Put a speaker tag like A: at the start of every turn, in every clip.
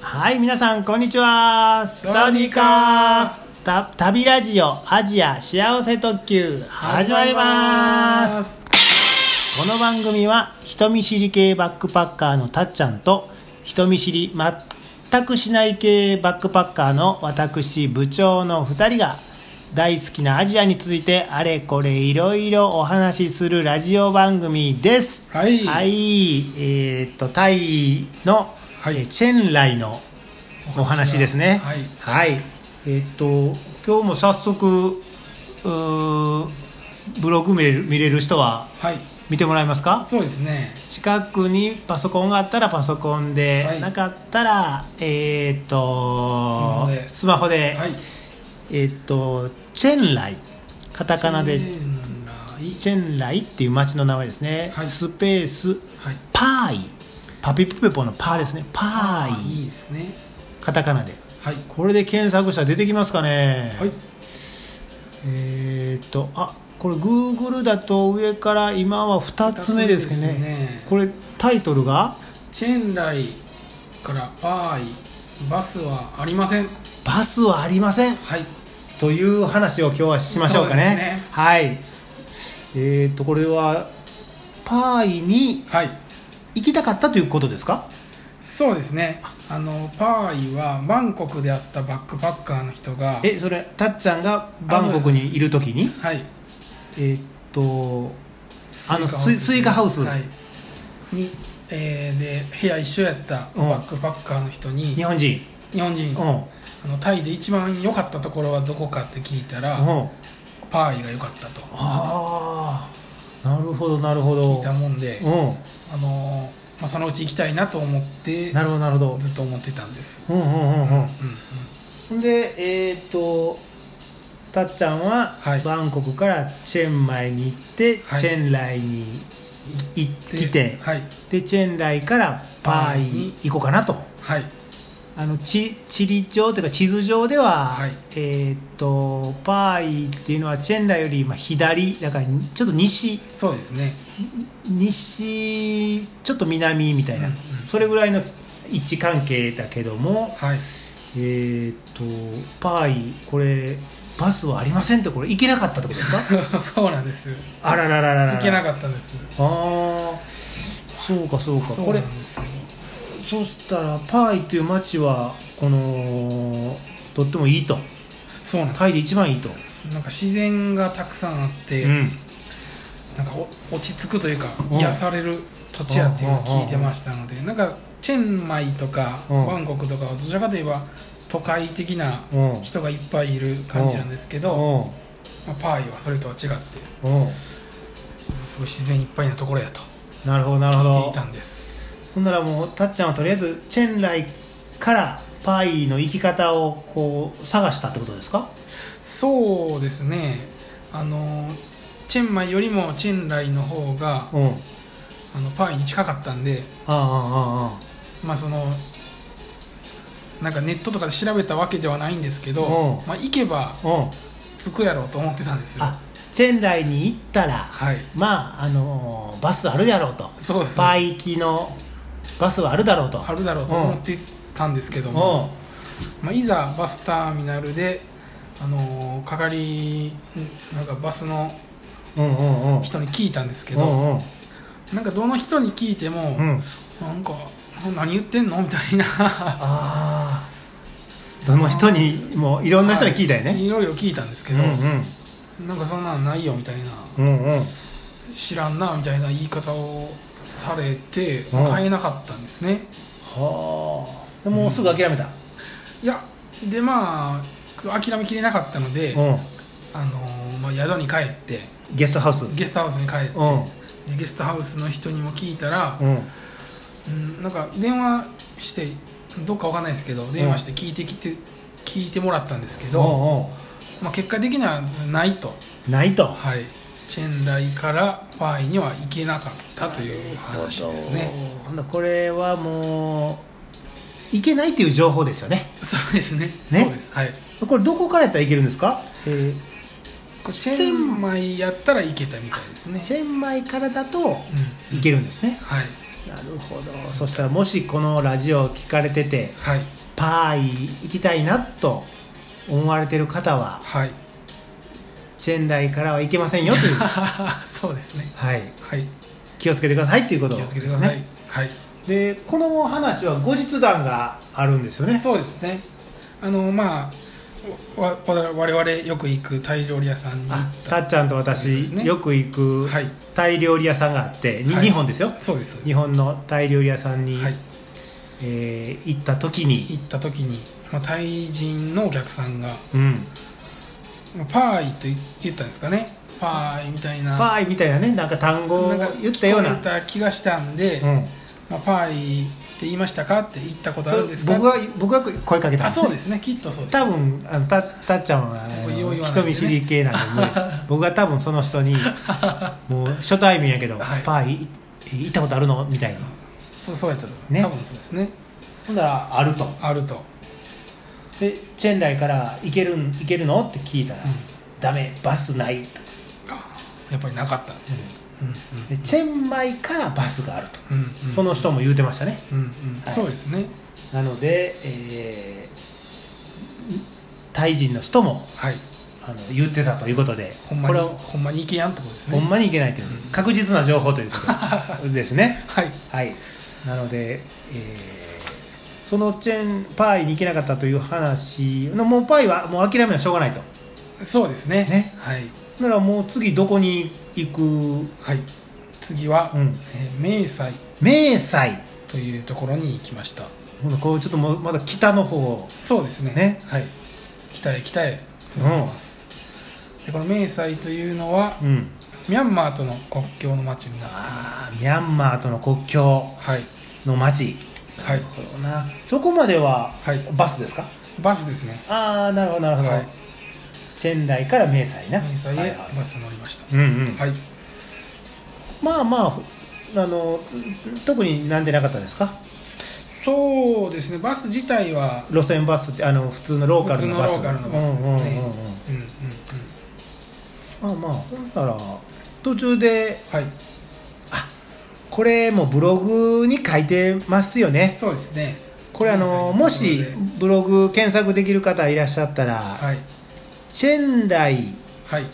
A: はい、皆さん、こんにちは。
B: サワディーカ
A: ー。た、旅ラジオアジア幸せ特急始まります。この番組は人見知り系バックパッカーのたっちゃんと人見知り全くしない系バックパッカーの私部長の2人が大好きなアジアについてあれこれいろいろお話しするラジオ番組です
B: はい
A: はいえーっとタイの、
B: はい
A: えーチェンライのお話ですね
B: はい
A: はい、えーっと今日も早速うーブログ見れる見れる人は
B: はい
A: 見てもらえますか
B: そうですね
A: 近くにパソコンがあったらパソコンで、
B: はい
A: なかったらえーっとス
B: ス
A: マホで
B: はい
A: えーっとチェンライカタカナで
B: チェンライ
A: チェンライっていう町の名前ですね、
B: はい
A: スペース
B: はい
A: パーイパピプペポのパーですねパーイ
B: いいですね
A: カタカナで
B: はい
A: これで検索したら出てきますかね、
B: はい
A: えーっとあこれ Google だと上から今は2つ目ですけどね
B: 二つ目ですね
A: これタイトルが
B: チェンライからパーイバスはありません
A: 「バスはありません」
B: はい
A: という話を今日はしましょうかね
B: そうですね
A: はいえーっとこれはパーイに
B: はい
A: 行きたかったということですか
B: そうですねあのパーイはバンコクであったバックパッカーの人が
A: えそれたっちゃんがバンコクにいる時に
B: はい
A: えーっとあの
B: ハウス
A: スイスイカハウス
B: はいにえーで部屋一緒やった
A: うん
B: バックパッカーの人に
A: 日本人
B: 日本人
A: うんうん
B: あのタイで一番良かったところはどこかって聞いたら
A: あ
B: パーイが良かったと
A: あーなるほどなるほ
B: 聞
A: ど
B: いたもんで、
A: う
B: あのーまあ、そのうち行きたいなと思って
A: んなるほどなるほど
B: ずっと思ってたんです、
A: うんうんうんうん
B: うんうん、
A: ほんでえーっとたっちゃんは
B: はい
A: バンコクからチェンマイに行って、
B: はい
A: チェンライに行ってきて
B: はい
A: でチェンライからパーイに行こうかなと
B: はい
A: あの地地理上というか地図上では、
B: はい
A: えーっとパーイっていうのはチェンライよりまあ左だからちょっと西
B: そうですね
A: 西ちょっと南みたいな、
B: うんうん
A: それぐらいの位置関係だけども
B: はい
A: えーっとパーイこれバスはありませんってこれ行けなかったってことです か
B: そうなんです
A: あららららら
B: 行けな
A: っ
B: かったんです
A: たあーそうかそうか
B: そう
A: こ
B: な
A: れ
B: んですよ
A: そしたらパーイっていう街はこのとってもいいと
B: そうなんで
A: タイで一番いいと、
B: すなんか自然がたくさんあって、
A: うん
B: なんかお落ち着くというか
A: うん
B: 癒される土地やっていうのを聞いてましたのでなんかチェンマイとか
A: うん
B: バンコクとかはどちらかといえば都会的な
A: うん
B: 人がいっぱいいる感じなんですけど、
A: うん
B: まあ、パーイはそれとは違って
A: うん
B: すごい自然いっぱいなところやと
A: なるほどなるほ
B: 聞いてい
A: ど
B: たんです
A: ほんならもうたっちゃんはとりあえずチェンライからパイの行き方をこう探したってことですか
B: そうですねあのチェンマイよりもチェンライの方が
A: うんあ
B: あのパーイに近かったんで
A: ああ
B: まあそのなんかネットとかで調べたわけではないんですけ
A: う
B: ど、
A: ん
B: まあ、行けば
A: あああうん
B: 着くやろうと思ってたんですよ
A: あチェンライに行ったら
B: はい
A: まああのーバスあるやろうと
B: そうです
A: パイ行きのバスはあるだろうと
B: あるだろうと思ってたんですけど
A: うん
B: も、まあ、いざバスターミナルで、あのー係なんかバスの
A: うんうんうん
B: 人に聞いたんですけ
A: う
B: ど、
A: んうん
B: なんかどの人に聞いても、
A: うん
B: なんか何言ってんのみた いな
A: ああどの人にもういろんな人に聞いたよ
B: は
A: ね
B: い、いろいろ聞いたんですけ
A: うん
B: ど、
A: うん
B: なんかそんなんないよみたいな
A: うんうん
B: 知らんなみたいな言い方をされて
A: うん
B: 買えなかったんですね、
A: はあもうすぐ諦めた
B: いやでまあ諦めきれなかったので、
A: うん
B: あのーまあ、宿に帰って
A: ゲストハウス
B: ゲストハウスに帰って
A: うん
B: でゲストハウスの人にも聞いたら、
A: うん
B: うん、なんか電話してどっかわかんないですけど電話して聞いてきて、聞いてもらったんですけど、
A: おうお
B: まあ、結果的にはないと、
A: うないと
B: はい、チェンライからファイには行けなかったという話ですね
A: ほんならこれはもういけないっていう情報ですよね
B: そうですね
A: ね
B: そうですはい
A: これどこからやったらいけるんですか、え
B: チェンマイやったら行けたみたいですね
A: ーチェンマイからだと
B: うん
A: いけるんですね
B: はい
A: なるほどそしたらもしこのラジオを聞かれてて
B: はい
A: パーイ行きたいなと思われてる方は
B: はい
A: チェンライからは行けませんよという、
B: そうですね
A: はい、
B: はい
A: 気をつけてくださいっていうこと
B: 気を
A: で
B: つけてく
A: す
B: ださい、
A: ね
B: はい
A: でこの話は後日談があるんですよね
B: そうですねあのまあわわ我々よく行くタイ料理屋さんに行
A: あ
B: った
A: たっちゃんと
B: そう
A: 私、
B: ですね
A: よく行く
B: はい
A: タイ料理屋さんがあって、に
B: はい
A: 日本ですよ
B: そうですそうで
A: 日本のタイ料理屋さんに、
B: すはい
A: えー行った時に、
B: 行った時に、まあ、タイ人のお客さんが
A: うん、
B: まあパーイと言ったんですかねパーイみたいな
A: パーイみたいなねなんか単語を
B: なんか
A: 言ったような
B: 聞こえた気がしたんで、
A: うん、
B: まあ、パーイって言いましたかって言ったことあるんです
A: そ
B: か
A: れ僕は僕は声かけた
B: あそうですすねきっとそうです
A: 多分あのたたっちゃんはあの
B: 僕よう言わない
A: 人
B: んでね
A: 見知り 系なんで無理僕は多分その人にもう初対面やけど、
B: はい
A: パーイい行ったことあるのみたいな
B: そうそうやったと思う、
A: ね
B: 多分そうですね
A: ほんならあると
B: あると、
A: でチェンライから行けるん行けるのって聞いたら、ダメバスないと、
B: やっぱりなかったうんうん
A: でチェンマイからバスがあると、
B: うんうん
A: その人も言うてましたね
B: うんうん
A: はい
B: そうですね
A: なので、えータイ人の人も
B: はい
A: あの言ってたということで
B: ほんま
A: こ
B: に
A: れを
B: ほんまにいけやんってことですね
A: ほんまにいけないという、確実な情報ということ ですね
B: はい
A: はいなので、えーそのチェーンパーイに行けなかったという話のもうパーイはもう諦めはしょうがないと
B: そうですね
A: ね
B: はい
A: ならもう次どこに行く
B: はい次は、
A: うん
B: えー明細
A: 明細
B: というところに行きました
A: ほなこうちょっともうまだ北の方
B: そうですね
A: ね
B: はい北へ北へ進みます、でこの明細というのは
A: うん
B: ミャンマーとの国境の町になってます
A: あーミャンマーとの国境
B: はい
A: の町
B: はい
A: なるほどなそこまでは
B: はい
A: バスですか、
B: バスですね
A: ああなるほどなるほど、
B: はい
A: チェンライから明細な
B: 明細
A: はい
B: へ
A: はい
B: バス乗りました
A: うんうん
B: はい
A: まあまああの特になんでなかったですか
B: そうですねバス自体は
A: 路線バスってあの普通のローカルのバス
B: 普通のローカルのバスですね
A: うんうんうんうん
B: うんうんうん
A: まあまあほんなら途中で
B: はい
A: これもブログに書いてますよね
B: そうですね
A: これあのもしブログ検索できる方いらっしゃったら、
B: はい
A: チェンライ
B: はい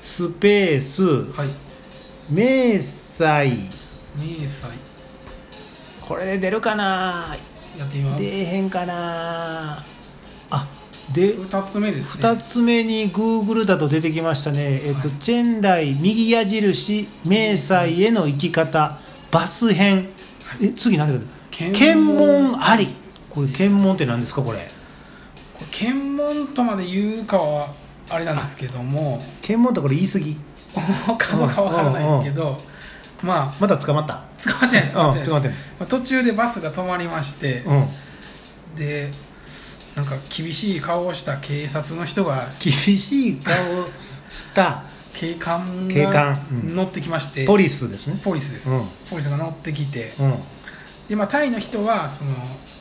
A: スペース
B: はい
A: 明細
B: 明細
A: これで出るかな
B: やってみます
A: 出えへんかなあで
B: 二つ目ですね
A: 2つ目に Google だと出てきましたね、えっと
B: はい
A: チェンライ右矢印明細への行き方バス編、
B: はい
A: え次何だけど検
B: 検問
A: 問ありこれ検問って何ですかこれ
B: これ検問とまで言うかはあれなんですけども
A: 検問ってこれ言い過ぎ
B: かどうかわからないですけどまあ
A: また捕まった
B: 捕まってないです
A: うん捕まってて
B: ない
A: ない
B: まあ途中でバスが止まりまして
A: うん
B: でなんか厳しい顔をした警察の 人が
A: 厳しい顔した
B: 警官
A: 警
B: が
A: 官うん
B: 乗ってきまして
A: ポリスですね
B: ポリスです
A: うん
B: ポリスが乗ってきて
A: うん
B: でまあタイの人はその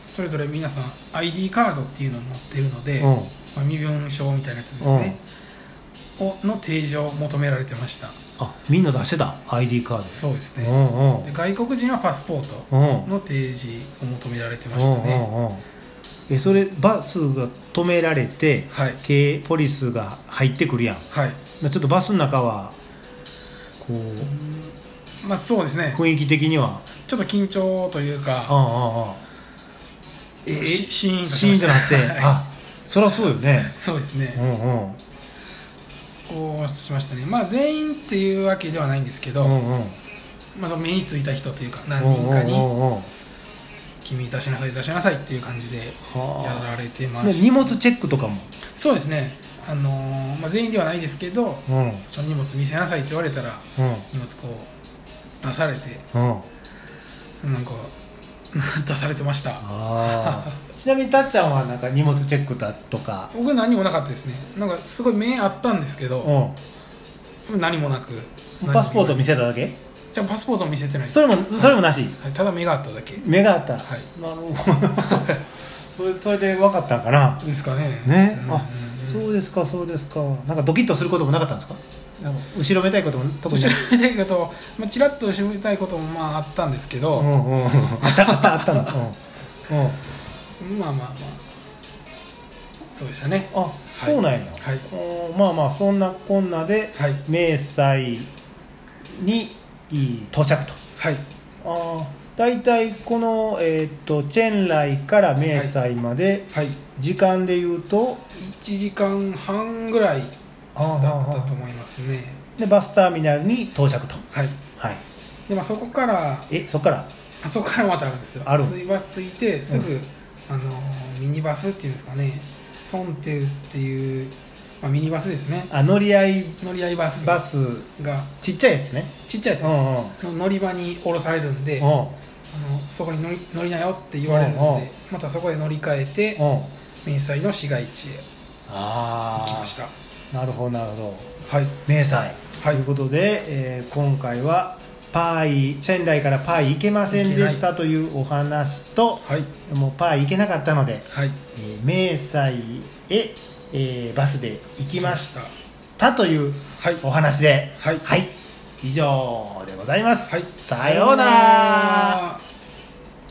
B: それぞれ皆さん ID カードっていうのを持ってるので
A: うん
B: まあ身分証みたいなやつですねをの提示を求められてました
A: あみんな出してた ID カード
B: そうです
A: う
B: ね
A: んうん
B: で外国人はパスポート
A: うん
B: の提示を求められてま
A: う
B: した
A: んう
B: ね
A: んうんえそれバスが止められて、
B: はい
A: 警ポリスが入ってくるやん
B: はい
A: まあちょっとバスの中はこう
B: まあそうですね
A: 雰囲気的には
B: ちょっと緊張という
A: ああ
B: か
A: ああああえ
B: しシーンと
A: シーンとなって、
B: あ
A: あそりゃそうよね
B: そうです
A: う
B: ね
A: んうん
B: こうしましたねまあ全員っていうわけではないんですけ
A: う
B: ど
A: んうん
B: まあその目についた人というか
A: う
B: 何
A: ん
B: 人
A: うん
B: か
A: う
B: に
A: んうん
B: 「君出しなさい出しなさい」っていう感じでや
A: は
B: られて
A: あ
B: ま
A: で
B: し
A: 荷物チェックとかも
B: たそうですねあのーまあ全員ではないですけど
A: うん
B: その荷物見せなさいって言われたら
A: うん
B: 荷物こう出されて
A: うん
B: なんか 出されてました
A: ああちなみにたっちゃんはなんか荷物チェックだとか
B: 僕何もなかったですねなんかすごい目あったんですけ
A: う
B: ど
A: ん
B: 何もなく
A: パスポート
B: い
A: 見せただけ
B: やパスポート見せてないです
A: それもそれもなし、
B: はいただ目があっただけ
A: 目があった、
B: はい
A: なるほどそれそれで分かったんかな
B: ですかね
A: ね、
B: うん
A: あ
B: うん
A: そうですかそうですかなんかドキッとすることもなかったんですかなんか後ろめたいことも特に
B: 後
A: な
B: ろ
A: い
B: めたいこと、まあ、ちらっと後ろめたいこともまああったんですけど、
A: うんうんうんあったあったあったのうんうん
B: まあまあまあそうでしたね
A: あそうなんや、
B: はい
A: おーまあまあそんなこんなで
B: はい
A: 明細にいい到着と
B: はい
A: あー大体この、えー、とチェンライから明細まで
B: はい
A: 時間で言うと、
B: 1時間半ぐらい
A: あー
B: だったと
A: あ
B: 思いますね
A: ーでバスターミナルに到着と
B: はい
A: はい
B: でまあそこから
A: えそっから
B: あそこからまたあるんですよ
A: ある
B: ついバス着いてすぐ、あのミニバスっていうんですかねソンテウっていう、まあ、ミニバスですね
A: あ乗り合い
B: 乗り合いバス
A: バス
B: が
A: ちっちゃいやつね
B: ちっちゃいやつ
A: うんうんうん
B: の乗り場に降ろされるんであのそこに乗り乗りなよって言われるんで
A: うんうん
B: またそこで乗り換えて
A: うん
B: 明細の市街地へ
A: あ
B: 行き
A: あ
B: ました
A: なるほどなるほど
B: はい
A: 明細、
B: はい
A: ということで、えー今回はパーイチェンライからパーイ行けませんでしたというお話と
B: はい
A: もうパーイ行けなかったので、
B: はい
A: えー明細へ、えーバスで行きまし
B: 行き
A: たという
B: はい
A: お話で
B: はい
A: 以上でございます、
B: はい
A: さようなら
B: ら